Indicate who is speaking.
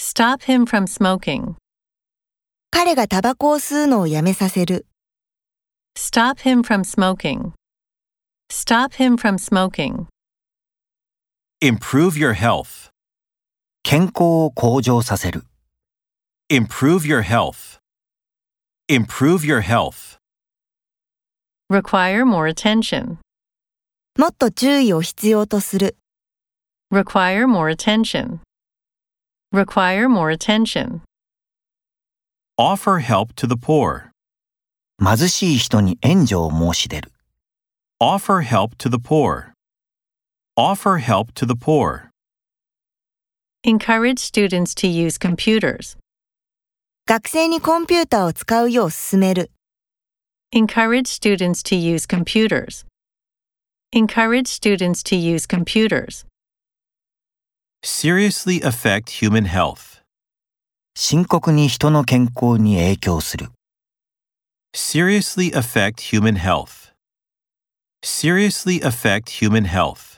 Speaker 1: Stop him from smoking.
Speaker 2: 彼がタバコを吸うのをやめさせる。
Speaker 1: Stop him from smoking. Stop him from smoking.
Speaker 3: Improve your health.
Speaker 4: 健康を向上させる。
Speaker 3: Improve your health. Improve your health.
Speaker 1: Require more attention.
Speaker 2: もっと注意を必要とする。
Speaker 1: Require more attention. Require more attention.
Speaker 3: Offer help to the poor.
Speaker 4: 貧しい人に援助を申し出る。
Speaker 3: Offer help to the poor. Offer help to the poor.
Speaker 1: Encourage students to use computers.
Speaker 2: 学生にコンピューターを使うよう勧める。
Speaker 1: Encourage students to use computers. Encourage students to use computers.
Speaker 3: Seriously affect human health.
Speaker 4: 深刻に人の健康に影響する。
Speaker 3: Seriously affect human health. Seriously affect human health.